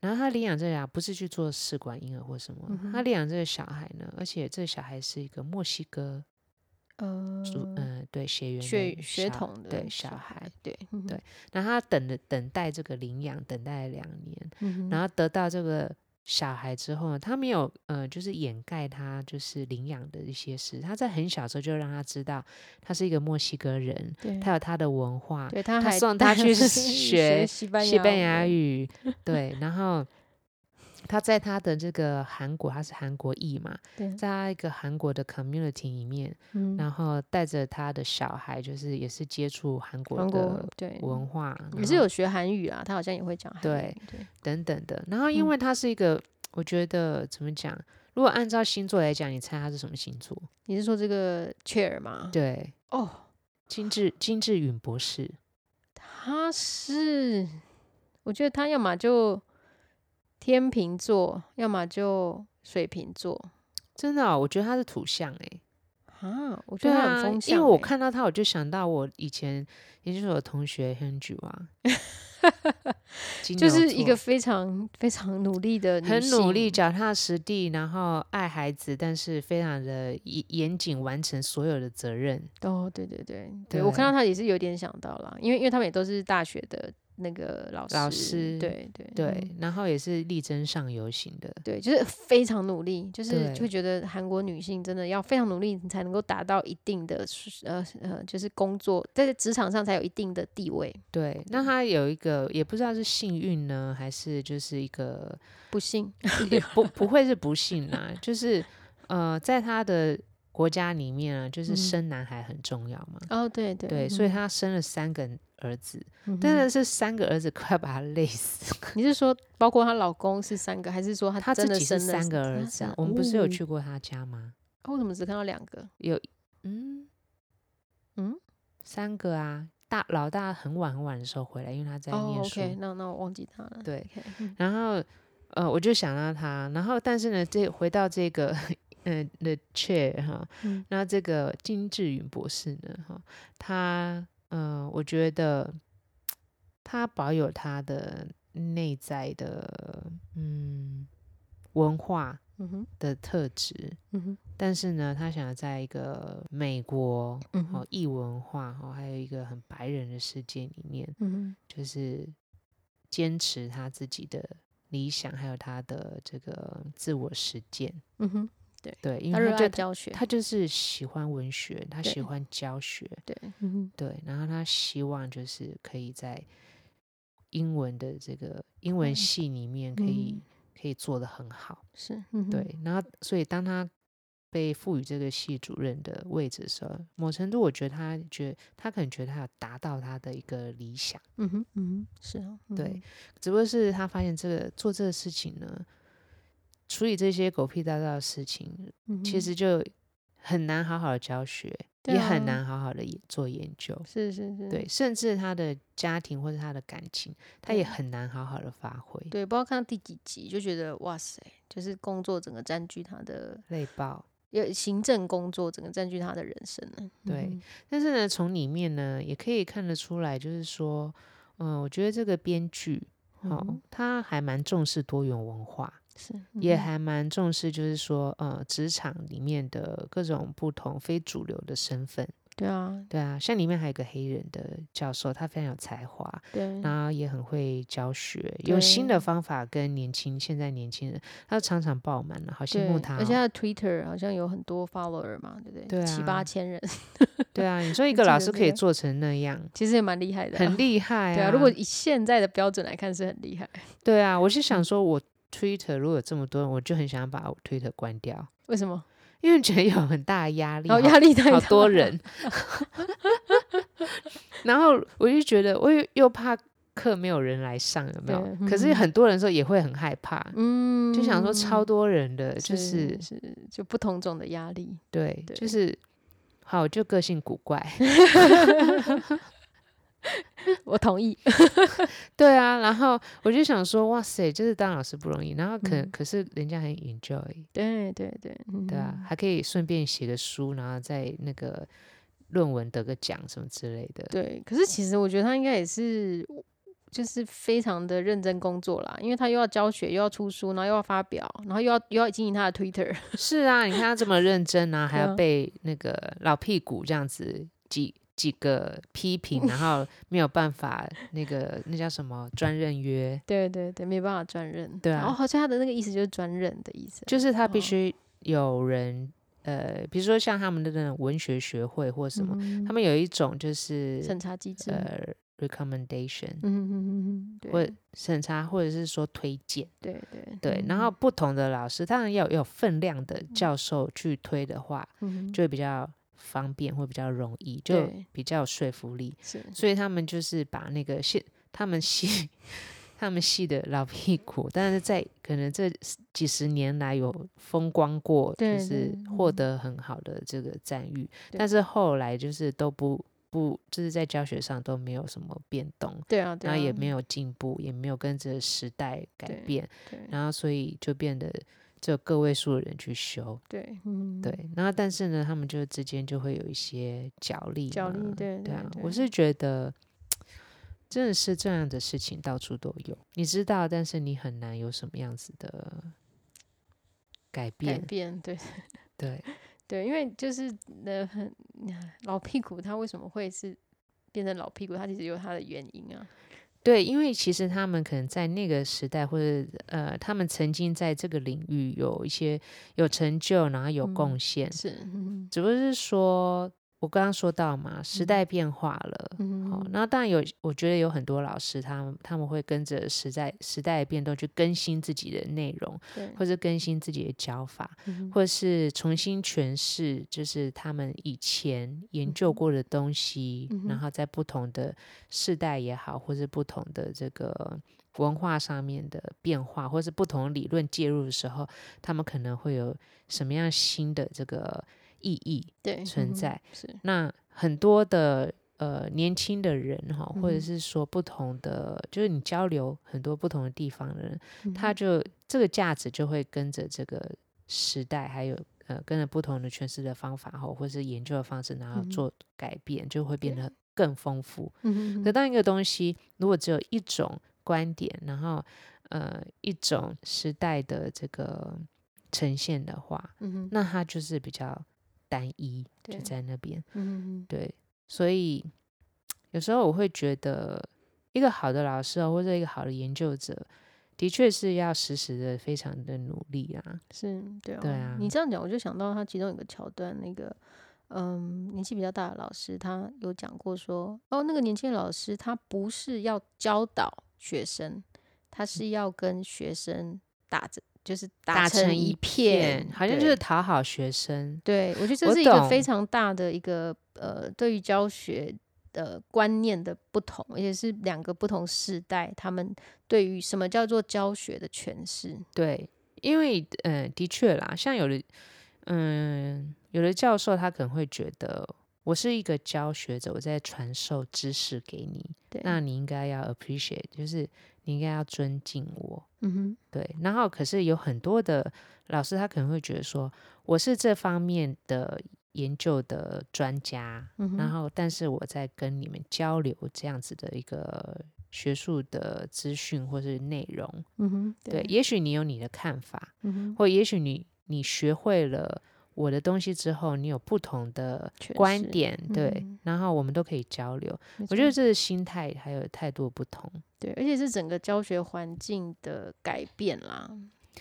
Speaker 1: 然后他领养这个小孩不是去做试管婴儿或什么，
Speaker 2: 嗯
Speaker 1: 他
Speaker 2: 哼
Speaker 1: 领养这个小孩呢，而且这个小孩是一个墨西哥族，
Speaker 2: 呃，
Speaker 1: 嗯、对，血缘的
Speaker 2: 血血
Speaker 1: 小
Speaker 2: 统的
Speaker 1: 对小
Speaker 2: 孩
Speaker 1: 孩。，
Speaker 2: 对嗯哼
Speaker 1: 对然后他等了等待这个领养，等待了两年，
Speaker 2: 嗯哼
Speaker 1: 然后得到这个小孩之后呢，他没有呃，就是掩盖他就是领养的一些事。他在很小的时候就让他知道，他是一个墨西哥人，
Speaker 2: 对
Speaker 1: 他有他的文化，
Speaker 2: 对他
Speaker 1: 他
Speaker 2: 还
Speaker 1: 送他 去
Speaker 2: 学
Speaker 1: 学
Speaker 2: 西班
Speaker 1: 西班牙
Speaker 2: 牙
Speaker 1: 语，对，然后他在他的这个韩国，他是韩国裔嘛，
Speaker 2: 对，
Speaker 1: 在他一个韩国的 community 里面，
Speaker 2: 嗯
Speaker 1: 然后带着他的小孩，就是也是接触韩国
Speaker 2: 韩
Speaker 1: 的
Speaker 2: 国对
Speaker 1: 文化，
Speaker 2: 也是有学韩语啊，他好像也会讲韩语，
Speaker 1: 对
Speaker 2: 对，
Speaker 1: 等等的。然后
Speaker 2: 嗯
Speaker 1: 因为他是一个，我觉得怎么讲？如果按照星座来讲，你猜他是什么星座？
Speaker 2: 你是说这个 chair 吗？
Speaker 1: 对，
Speaker 2: 哦，
Speaker 1: 金志金志允博士，
Speaker 2: 他是，我觉得他要么就天秤座，要么就水瓶座
Speaker 1: 真的哦、我觉得他是土象哎、
Speaker 2: 啊。我觉
Speaker 1: 对
Speaker 2: 得他很
Speaker 1: 啊
Speaker 2: 风，向、欸
Speaker 1: 因为 我，看到他，我就想到我以前研究所的同学 Henry 啊，金
Speaker 2: 就
Speaker 1: 牛
Speaker 2: 是一
Speaker 1: 座
Speaker 2: 个非常非常努力的女性，
Speaker 1: 很努力、脚踏实地，然后爱孩子，但是非常的严严谨，完成所有的责任。
Speaker 2: 哦，对对对对，我看
Speaker 1: 对
Speaker 2: 到他也是有点想到啦，因为因为他们也都是大学的那个老师，
Speaker 1: 老师
Speaker 2: 对对
Speaker 1: 对，
Speaker 2: 嗯
Speaker 1: 然后也是力争上游型的。
Speaker 2: 对，就是非常努力，就是
Speaker 1: 对
Speaker 2: 会觉得韩国女性真的要非常努力，你才能够达到一定的呃呃，就是工作在职场上才有一定的地位。
Speaker 1: 对，
Speaker 2: 嗯
Speaker 1: 那他有一个也不知道是幸运呢，还是就是一 个
Speaker 2: 不 幸，
Speaker 1: 也不不会是不幸啦，就是呃，在他的国家里面啊，就是
Speaker 2: 嗯
Speaker 1: 生男孩很重要嘛。
Speaker 2: 哦，对对
Speaker 1: 对，所以
Speaker 2: 嗯
Speaker 1: 他生了三个儿子，
Speaker 2: 嗯
Speaker 1: 真
Speaker 2: 哼
Speaker 1: 的是三个儿子快把他累死。
Speaker 2: 你是说包括她老公是三个，还是说
Speaker 1: 他
Speaker 2: 她
Speaker 1: 自
Speaker 2: 真的
Speaker 1: 己是
Speaker 2: 生了哦
Speaker 1: 三个儿子啊，我们不是有去？过他家吗？
Speaker 2: 她生哦我怎么只看到两个？
Speaker 1: 有，嗯
Speaker 2: 嗯，
Speaker 1: 三个啊。大老大很晚很晚的时候回来，因为他在
Speaker 2: 哦
Speaker 1: 念书。
Speaker 2: ，OK，那那我忘记他了。
Speaker 1: 对，
Speaker 2: OK，嗯
Speaker 1: 然后呃，我就想到他，然后但是呢，这回到这个呃的 chair 哈，
Speaker 2: 嗯
Speaker 1: 那这个金志云博士呢哈，他呃，我觉得他保有他的内在的嗯文化
Speaker 2: 嗯哼，
Speaker 1: 的特质，
Speaker 2: 嗯哼，
Speaker 1: 但是呢，他想要在一个美国
Speaker 2: 嗯
Speaker 1: 哦
Speaker 2: 哼，
Speaker 1: 异文化哦，还有一个很白人的世界里面，
Speaker 2: 嗯哼，
Speaker 1: 就是坚持他自己的理想，还有他的这个自我实践。
Speaker 2: 嗯哼，
Speaker 1: 对，因
Speaker 2: 他
Speaker 1: 为
Speaker 2: 热
Speaker 1: 他就
Speaker 2: 爱教学，
Speaker 1: 他就是喜欢文学，他
Speaker 2: 对
Speaker 1: 喜欢教学，
Speaker 2: 对，嗯哼，
Speaker 1: 对，然后他希望就是可以在英文的这个英文
Speaker 2: 嗯
Speaker 1: 系里面可以、
Speaker 2: 嗯
Speaker 1: 可以做得很好。
Speaker 2: 是，嗯哼，
Speaker 1: 对，然后所以当他被赋予这个系主任的位置的时候，某程度我觉得他觉得他可能觉得他有达到他的一个理想。
Speaker 2: 嗯哼，嗯哼，是啊，嗯
Speaker 1: 对
Speaker 2: 哼，
Speaker 1: 只不过是他发现这个做这个事情呢，处理这些狗屁叨叨的事情，
Speaker 2: 嗯
Speaker 1: 其
Speaker 2: 哼
Speaker 1: 实就很难好好的教学，
Speaker 2: 对
Speaker 1: 也很
Speaker 2: 啊
Speaker 1: 难好好的做研究。
Speaker 2: 是是是，
Speaker 1: 对，甚至他的家庭或者他的感情，他也
Speaker 2: 对
Speaker 1: 很难好好的发挥，
Speaker 2: 对，不知道看到第几集就觉得哇塞，就是工作整个占据他的，
Speaker 1: 累爆。
Speaker 2: 有行政工作整个占据他的人生了。
Speaker 1: 对
Speaker 2: 嗯哼，
Speaker 1: 但是呢，从里面呢也可以看得出来，就是说，嗯，我觉得这个编剧，哦，
Speaker 2: 嗯哼
Speaker 1: 他还蛮重视多元文化，
Speaker 2: 是
Speaker 1: 也
Speaker 2: 嗯哼
Speaker 1: 还蛮重视，就是说，呃，职场里面的各种不同非主流的身份，
Speaker 2: 对啊，
Speaker 1: 对啊，像里面还有一个黑人的教授，他非常有才华，
Speaker 2: 对，
Speaker 1: 然后也很会教学，有新的
Speaker 2: 嗯对
Speaker 1: 方法跟年轻现在年轻人，他常常爆满了，好羡
Speaker 2: 对，
Speaker 1: 慕他、
Speaker 2: 而且
Speaker 1: 哦。
Speaker 2: 他的 Twitter 好像有很多 follower 嘛，对不对？
Speaker 1: 对
Speaker 2: 七
Speaker 1: 啊
Speaker 2: 八千人，
Speaker 1: 对啊，你说 一
Speaker 2: 我
Speaker 1: 个
Speaker 2: 记
Speaker 1: 老
Speaker 2: 得
Speaker 1: 师
Speaker 2: 这
Speaker 1: 可以
Speaker 2: 个
Speaker 1: 做成那样，
Speaker 2: 其实也蛮厉害的啊、
Speaker 1: 很厉害
Speaker 2: 对啊，如果嗯以现在的标准来看，是很厉害。
Speaker 1: 对啊，我是想说，我 Twitter 如果有这么多人，我就很想把我 Twitter 关掉，
Speaker 2: 为什么？
Speaker 1: 因为觉得有很大的压力，
Speaker 2: 然
Speaker 1: 好
Speaker 2: 后哦压力 太
Speaker 1: 好
Speaker 2: 大
Speaker 1: 多
Speaker 2: 了，
Speaker 1: 人， 然后我就觉得我又又怕课没有人来上，有没有？
Speaker 2: 对
Speaker 1: 可是
Speaker 2: 嗯
Speaker 1: 很多人的时候也会很害怕，
Speaker 2: 嗯，
Speaker 1: 就想说超多人的，就是
Speaker 2: 是是就不同种的压 力。
Speaker 1: 对，
Speaker 2: 对
Speaker 1: 就是好，我就个性古怪，
Speaker 2: 我同意，
Speaker 1: 对啊。然后我就想说，哇塞，就是当老师不容易，然后可、
Speaker 2: 嗯
Speaker 1: 可是人家很 enjoy，
Speaker 2: 对对对，嗯
Speaker 1: 对啊，还可以顺便写个书，然后在那个论文得个奖什么之类的。
Speaker 2: 对，可是其实我觉得他应该也是，就是非常的认真工作啦，因为他又要教学，又要出书，然后又要发表，然后又要又要经营他的 Twitter，
Speaker 1: 是啊，你看他这么认真啊，还
Speaker 2: 对
Speaker 1: 要
Speaker 2: 啊
Speaker 1: 被那个老屁股这样子几几个批评，然 后没有办法那个那叫什么专任约，
Speaker 2: 对对对，没办法专任，
Speaker 1: 对啊
Speaker 2: 哦，好像他的那个意思就是专任的意思啊，
Speaker 1: 就是他必
Speaker 2: 哦
Speaker 1: 须有人、呃，比如说像他们的那种文学学会或什么，
Speaker 2: 嗯
Speaker 1: 他们有一种就是
Speaker 2: 审查机制，
Speaker 1: 呃 recommendation，、
Speaker 2: 嗯嗯嗯嗯，对
Speaker 1: 或审查或者是说推荐。
Speaker 2: 对对嗯
Speaker 1: 对，然后不同的老师，当然要有分量的教授去推的话，
Speaker 2: 嗯
Speaker 1: 就会比较方便，会比较容易，就
Speaker 2: 对
Speaker 1: 比较有说服力。
Speaker 2: 是
Speaker 1: 所以他们就是把那个系，他们系，他们系的老屁股，但是在可能这几十年来有风光过，
Speaker 2: 对对
Speaker 1: 就是获
Speaker 2: 嗯
Speaker 1: 得很好的这个赞誉，
Speaker 2: 对
Speaker 1: 但是后来就是都不不，就是在教学上都没有什么变动。
Speaker 2: 对啊，对
Speaker 1: 然
Speaker 2: 啊，
Speaker 1: 后也没有进步，也没有跟着时代改
Speaker 2: 对
Speaker 1: 变，
Speaker 2: 对
Speaker 1: 然后所以就变得只有个位数的人去修，
Speaker 2: 对，嗯，
Speaker 1: 对。然后但是呢，他们就之间就会有一些角力嘛，
Speaker 2: 角力对对
Speaker 1: 啊。我
Speaker 2: 对
Speaker 1: 是觉得真的是这样的事情到处都有，你知道，但是你很难有什么样子的
Speaker 2: 改
Speaker 1: 改变，
Speaker 2: 变，对
Speaker 1: 对，
Speaker 2: 对，因为就是呃，很老屁股，他为什么会是变成老屁股？他其实有他的原因啊，
Speaker 1: 对，因为其实他们可能在那个时代，或者呃，他们曾经在这个领域有一些有成就，然后有
Speaker 2: 嗯
Speaker 1: 贡献，
Speaker 2: 是，嗯
Speaker 1: 只不过是说，我刚刚说到嘛，时代变化了。
Speaker 2: 嗯
Speaker 1: 好、哦那当然有，我觉得有很多老师他们他们会跟着时代时代的变动去更新自己的内容，
Speaker 2: 对，
Speaker 1: 或是更新自己的教法，
Speaker 2: 嗯
Speaker 1: 或是重新诠释，就是他们以前研究过的东西，
Speaker 2: 嗯嗯哼
Speaker 1: 然后在不同的世代也好，或是不同的这个文化上面的变化，或是不同理论介入的时候，他们可能会有什么样新的这个意义。
Speaker 2: 对
Speaker 1: 存
Speaker 2: 嗯
Speaker 1: 在
Speaker 2: 是，
Speaker 1: 那很多的呃年轻的人哈，或
Speaker 2: 嗯
Speaker 1: 者是说不同的，就是你交流很多不同的地方的人，
Speaker 2: 嗯
Speaker 1: 他就这个价值就会跟着这个时代，还有呃跟着不同的诠释的方法哈，或是研究的方式，然后
Speaker 2: 嗯
Speaker 1: 做改变，就会变得更丰富。
Speaker 2: 嗯
Speaker 1: 可当一个东西如果只有一种观点，然后呃一种时代的这个呈现的话，
Speaker 2: 嗯
Speaker 1: 那它就是比较单一，就
Speaker 2: 对
Speaker 1: 在那边。
Speaker 2: 嗯
Speaker 1: 对，所以有时候我会觉得，一个好的老师、哦、或者一个好的研究者，的确是要时时的非常的努力啊。
Speaker 2: 是，对啊，
Speaker 1: 对啊
Speaker 2: 你这样讲，我就想到他其中有个桥段，那个嗯，年纪比较大的老师，他有讲过说，哦，那个年轻的老师他不是要教导学生，他
Speaker 1: 嗯
Speaker 2: 是要跟学生打着，就是打成
Speaker 1: 一
Speaker 2: 片，
Speaker 1: 好像
Speaker 2: 对
Speaker 1: 就是讨好学生。
Speaker 2: 对，我觉得这
Speaker 1: 我
Speaker 2: 是一个非
Speaker 1: 懂
Speaker 2: 常大的一个呃，对于教学的观念的不同，而且是两个不同世代他们对于什么叫做教学的诠释。
Speaker 1: 对，因为嗯、呃的确啦，像有的嗯，有的教授他可能会觉得。我是一个教学者，我在传授知识给你，
Speaker 2: 对，
Speaker 1: 那你应该要 appreciate，就是你应该要尊敬我。
Speaker 2: 嗯哼，
Speaker 1: 对，然后可是有很多的老师，他可能会觉得说，我是这方面的研究的专家，
Speaker 2: 嗯哼，
Speaker 1: 然后但是我在跟你们交流这样子的一个学术的资讯或是内容，
Speaker 2: 嗯哼，
Speaker 1: 对，，也许你有你的看法，
Speaker 2: 嗯哼，
Speaker 1: 或也许你你学会了我的东西之后，你有不同的
Speaker 2: 诠
Speaker 1: 观
Speaker 2: 释
Speaker 1: 点，对，
Speaker 2: 嗯
Speaker 1: 然后我们都可以交流。
Speaker 2: 没
Speaker 1: 我觉得
Speaker 2: 错
Speaker 1: 这是心态还有态度的不同。
Speaker 2: 对，而且是整个教学环境的改变啦。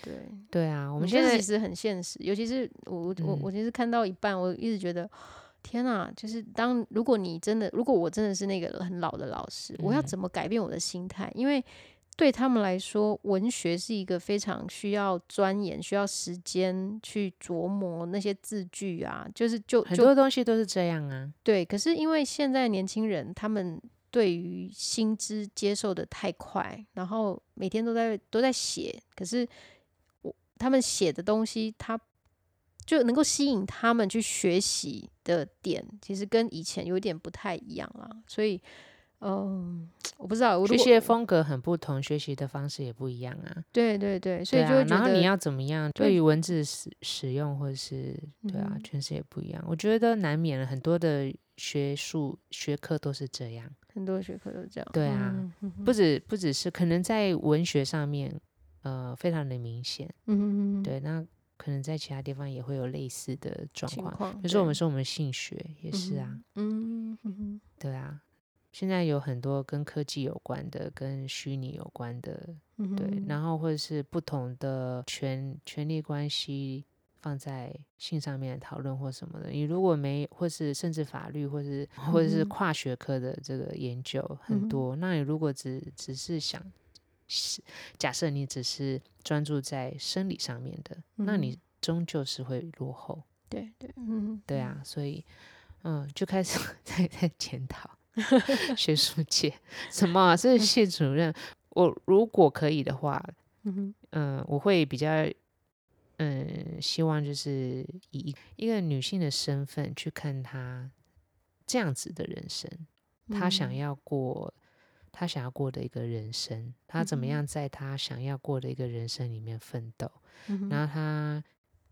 Speaker 2: 对，
Speaker 1: 对嗯啊，我
Speaker 2: 我
Speaker 1: 们现在
Speaker 2: 其实很现实，尤其是我我我我其实看到一半，我一直觉得。天啊，就是当如果你真的，如果我真的是那个很老的老师，我要
Speaker 1: 嗯
Speaker 2: 怎么改变我的心态？因为对他们来说，文学是一个非常需要钻研、需要时间去琢磨那些字句啊，就是就
Speaker 1: 很
Speaker 2: 就
Speaker 1: 多东西都是这样啊。
Speaker 2: 对，可是因为现在年轻人他们对于薪资接受的太快，然后每天都在都在写，可是我他们写的东西，他就能够吸引他们去学习的点，其实跟以前有点不太一样啦。所以，嗯，我不知道，我
Speaker 1: 学
Speaker 2: 如
Speaker 1: 习的
Speaker 2: 果
Speaker 1: 风格很不同，学习的方式也不一样啊。
Speaker 2: 对对对，所以
Speaker 1: 对
Speaker 2: 就会
Speaker 1: 啊、
Speaker 2: 觉
Speaker 1: 然后
Speaker 2: 得
Speaker 1: 你要怎么样？
Speaker 2: 就
Speaker 1: 对于文字使使用，或是对啊
Speaker 2: 嗯，哼
Speaker 1: 诠释也不一样。我觉得难免了很多的学术学科都是这样，
Speaker 2: 很多学科都这样，
Speaker 1: 对啊
Speaker 2: 嗯，嗯
Speaker 1: 不止不只是可能在文学上面，呃，非常的明显。
Speaker 2: 嗯，嗯嗯
Speaker 1: 对，那可能在其他地方也会有类似的状
Speaker 2: 情
Speaker 1: 况。
Speaker 2: 况，
Speaker 1: 比如说我
Speaker 2: 对
Speaker 1: 们说我们性学也是啊，，
Speaker 2: 嗯嗯嗯嗯
Speaker 1: 对啊。现在有很多跟科技有关的、跟虚拟有关的
Speaker 2: 嗯，
Speaker 1: 对，
Speaker 2: 嗯
Speaker 1: 然后或者是不同的权权力关系放在性上面来讨论或什么的。你如果没，或是甚至法律，或是或者是
Speaker 2: 嗯哼
Speaker 1: 跨学科的这个研究
Speaker 2: 嗯哼
Speaker 1: 很多，那你如果只只是想，是假设你只是专注在生理上面的，那
Speaker 2: 嗯
Speaker 1: 你终究是会落后。
Speaker 2: 对对，嗯，
Speaker 1: 对啊，所以嗯，就开始 在在检 讨学术界 什么、啊，所以谢主任，我如果可以的话，
Speaker 2: 嗯哼，
Speaker 1: 嗯，我会比较嗯，希望就是以一一个女性的身份去看她这样子的人生，她想
Speaker 2: 嗯
Speaker 1: 要过。她想要过的一个人生，她怎么
Speaker 2: 嗯哼
Speaker 1: 样在她想要过的一个人生里面奋斗？
Speaker 2: 嗯哼
Speaker 1: 然后他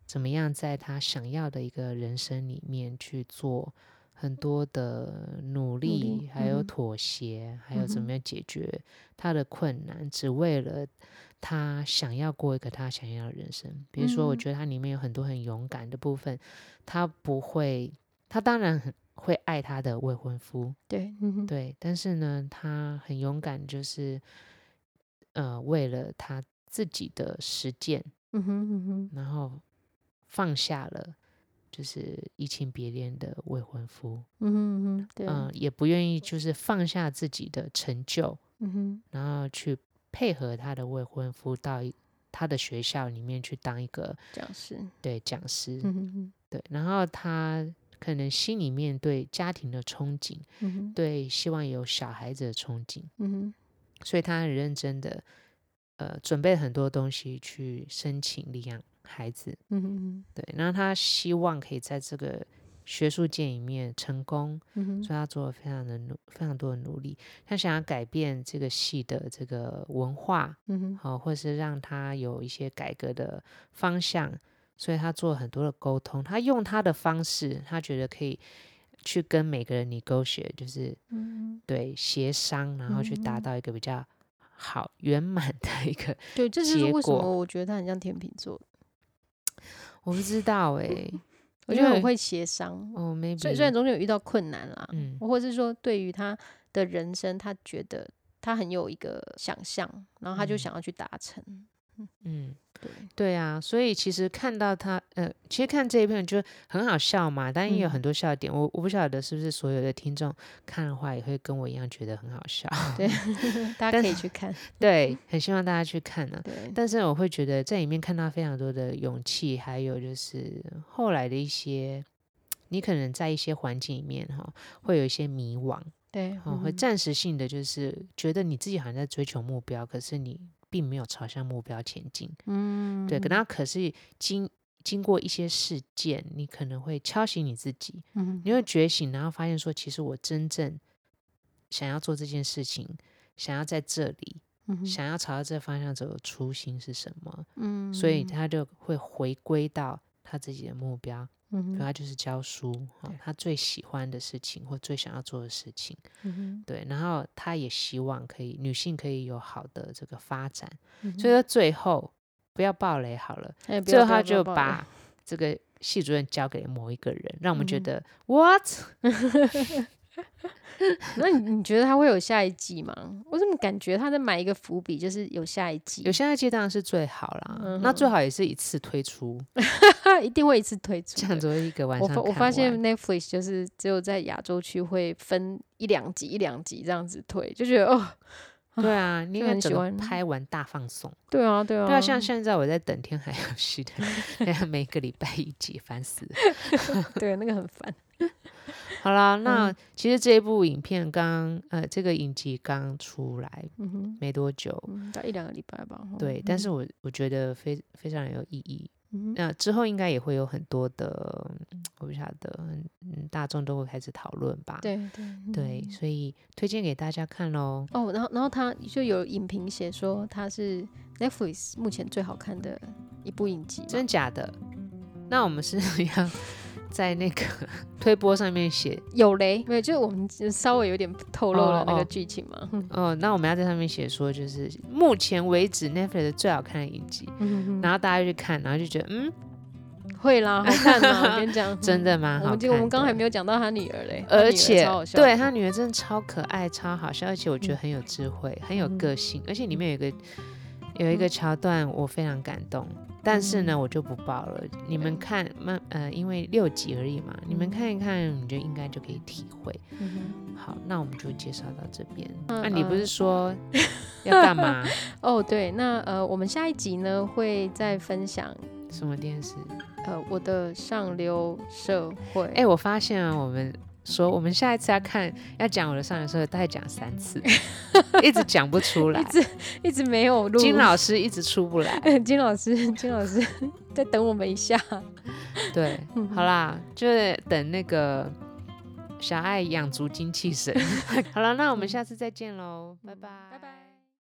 Speaker 1: 怎么样在他想要的一个人生里面去做很多的努力，
Speaker 2: 力
Speaker 1: 还
Speaker 2: 嗯
Speaker 1: 有
Speaker 2: 哼
Speaker 1: 妥协，还有
Speaker 2: 嗯
Speaker 1: 怎么样解决他的困难，只为了他想要过一个他想要的人生。比如说，我
Speaker 2: 嗯
Speaker 1: 觉得他里面有很多很勇敢的部分，他不会，他当然很会爱他的未婚夫，
Speaker 2: 对，嗯哼，
Speaker 1: 对，但是呢，他很勇敢，就是呃，为了他自己的实践，
Speaker 2: 嗯哼嗯哼，
Speaker 1: 然后放下了就是移情别恋的未婚夫，
Speaker 2: 嗯哼嗯哼，对，
Speaker 1: 嗯、也不愿意就是放下自己的成就，
Speaker 2: 嗯哼。
Speaker 1: 然后去配合他的未婚夫到一他的学校里面去当一个
Speaker 2: 讲师，
Speaker 1: 对讲师，
Speaker 2: 嗯哼
Speaker 1: 对，然后他可能心里面对家庭的憧憬，
Speaker 2: 嗯哼，
Speaker 1: 对希望有小孩子的憧憬。
Speaker 2: 嗯哼，
Speaker 1: 所以他很认真的，呃，准备很多东西去申请领养孩子。
Speaker 2: 嗯哼，
Speaker 1: 对，那他希望可以在这个学术界里面成功，
Speaker 2: 嗯哼，
Speaker 1: 所以他做了非常的努，非常多的努力。他想要改变这个系的这个文化，
Speaker 2: 嗯哼，
Speaker 1: 好、或是让他有一些改革的方向，所以他做了很多的沟通。他用他的方式，他觉得可以去跟每个人 negotiate，就是
Speaker 2: 嗯，
Speaker 1: 对协商，然后去达
Speaker 2: 嗯
Speaker 1: 到一个比较好圆满的一个，
Speaker 2: 对，这就是
Speaker 1: 结
Speaker 2: 为什
Speaker 1: 果
Speaker 2: 么我觉得他很像天秤座，
Speaker 1: 我不知道哎、
Speaker 2: 我
Speaker 1: 因
Speaker 2: 觉得很
Speaker 1: 为
Speaker 2: 会协商，
Speaker 1: 哦，maybe，
Speaker 2: 虽虽然中间有遇到困难啦，
Speaker 1: 嗯
Speaker 2: 或者是说对于他的人生，他觉得他很有一个想象，然后他就
Speaker 1: 嗯
Speaker 2: 想要去达成，
Speaker 1: 嗯，
Speaker 2: 对，
Speaker 1: 对啊，所以其实看到他，呃，其实看这一篇就很好笑嘛，但也有
Speaker 2: 嗯
Speaker 1: 很多笑点。我我不晓得是不是所有的听众看的话也会跟我一样觉得很好 笑，
Speaker 2: 大家
Speaker 1: 但
Speaker 2: 可以去看，
Speaker 1: 对，很希望大家去看呢、
Speaker 2: 对，
Speaker 1: 但是我会觉得在里面看到非常多的勇气，还有就是后来的一些，你可能在一些环境里面哈、会有一些迷惘，
Speaker 2: 对，
Speaker 1: 哦，会
Speaker 2: 嗯
Speaker 1: 暂时性的就是觉得你自己好像在追求目标，可是你并没有朝向目标前进。
Speaker 2: 嗯，
Speaker 1: 对，可那可是经经过一些事件，你可能会敲醒你自己，
Speaker 2: 嗯
Speaker 1: 你会觉醒，然后发现说，其实我真正想要做这件事情，想要在这里，
Speaker 2: 嗯哼，
Speaker 1: 想要朝着这方向走的初心是什么？
Speaker 2: 嗯，
Speaker 1: 所以他就会回归到他自己的目标，
Speaker 2: 嗯
Speaker 1: 比如
Speaker 2: 哼，
Speaker 1: 他就是教书，哦
Speaker 2: 对，
Speaker 1: 他最喜欢的事情或最想要做的事情。
Speaker 2: 嗯哼，
Speaker 1: 对，然后他也希望可以女性可以有好的这个发展，
Speaker 2: 嗯
Speaker 1: 所以
Speaker 2: 哼
Speaker 1: 说最后不要暴雷好了，
Speaker 2: 哎不
Speaker 1: 最
Speaker 2: 要
Speaker 1: 后
Speaker 2: 不要
Speaker 1: 他
Speaker 2: 不要
Speaker 1: 就
Speaker 2: 不要
Speaker 1: 把这个系主任交给某一个人，让我们觉
Speaker 2: 嗯
Speaker 1: 得、what
Speaker 2: 那你你觉得他会有下一季吗？我怎么感觉他在埋一个伏笔，就是有下一季，
Speaker 1: 有下一季当然是最好
Speaker 2: 嗯
Speaker 1: 啦，那最好也是一次推出，
Speaker 2: 他 一定会一次推出的。
Speaker 1: 这样子一个晚
Speaker 2: 我
Speaker 1: 上
Speaker 2: 发我
Speaker 1: 看
Speaker 2: 发现
Speaker 1: 完
Speaker 2: Netflix 就是只有在亚洲区会分一两集一两集这样子推，就觉得哦，
Speaker 1: 对啊，
Speaker 2: 就
Speaker 1: 你应该
Speaker 2: 很喜
Speaker 1: 怎么
Speaker 2: 欢
Speaker 1: 拍完大放送？
Speaker 2: 对啊，对啊，
Speaker 1: 对啊，像现在我在等《天海游戏》 的，每个礼拜一集，烦死了。
Speaker 2: 对那个很烦，
Speaker 1: 好啦，那、
Speaker 2: 嗯
Speaker 1: 其实这一部影片刚呃，这个影集刚出来
Speaker 2: 嗯哼，
Speaker 1: 没多久，
Speaker 2: 嗯，到一两个礼拜吧。哦
Speaker 1: 对，但是我我觉得非非常有意义。
Speaker 2: 嗯哼
Speaker 1: 那之后应该也会有很多的，嗯我不晓得，嗯，大众都会开始讨论吧。
Speaker 2: 对嗯对
Speaker 1: 对，所以推荐给大家看喽。
Speaker 2: 哦，然后然后他就有影评写说他是 Netflix 目前最好看的一部影集嘛，
Speaker 1: 真假的？那我们是要 在那个 推播上面写
Speaker 2: 有雷没有？就是我们稍微有点透露了那
Speaker 1: 哦
Speaker 2: 个
Speaker 1: 哦
Speaker 2: 剧情嘛。
Speaker 1: 哦，那我们要在上面写说，就是目前为止 Netflix 最好看的影集，
Speaker 2: 嗯
Speaker 1: 然后大家去看，然后就觉得，嗯，
Speaker 2: 会 啦，好看啦，我跟你讲，
Speaker 1: 真的吗？
Speaker 2: 我们
Speaker 1: 好
Speaker 2: 就我们
Speaker 1: 看
Speaker 2: 刚
Speaker 1: 的
Speaker 2: 还没有讲到他女儿嘞，他女
Speaker 1: 而
Speaker 2: 儿
Speaker 1: 且
Speaker 2: 超好笑的
Speaker 1: 对他女儿真的超可爱、超好笑，而且我觉得很有智慧、很有
Speaker 2: 嗯
Speaker 1: 个性，而且里面有一个有一个桥段我非常感动，但是
Speaker 2: 嗯
Speaker 1: 呢，我就不爆了。你们看，慢呃，因为六集而已嘛，你们看一看，你就应该就可以体会。
Speaker 2: 嗯
Speaker 1: 好，那我们就介绍到这边。那、
Speaker 2: 嗯
Speaker 1: 你不
Speaker 2: 嗯
Speaker 1: 是 说要干嘛？
Speaker 2: 哼哦，对，那呃，我们下一集呢会再分享
Speaker 1: 什么电视？
Speaker 2: 呃我的上流社会。
Speaker 1: 哎、我发现啊，我们说我们下一次要看要讲我的上流社会，大概讲三 次，一直讲不出来
Speaker 2: 一。直一直没有录。
Speaker 1: 金老师一直出不来。
Speaker 2: 金老师，金老师 再等我们一下。
Speaker 1: 对，好啦，就是等那个 嗯小爱养足精气神。好了，那我们下次再见喽，拜拜，
Speaker 2: 拜拜。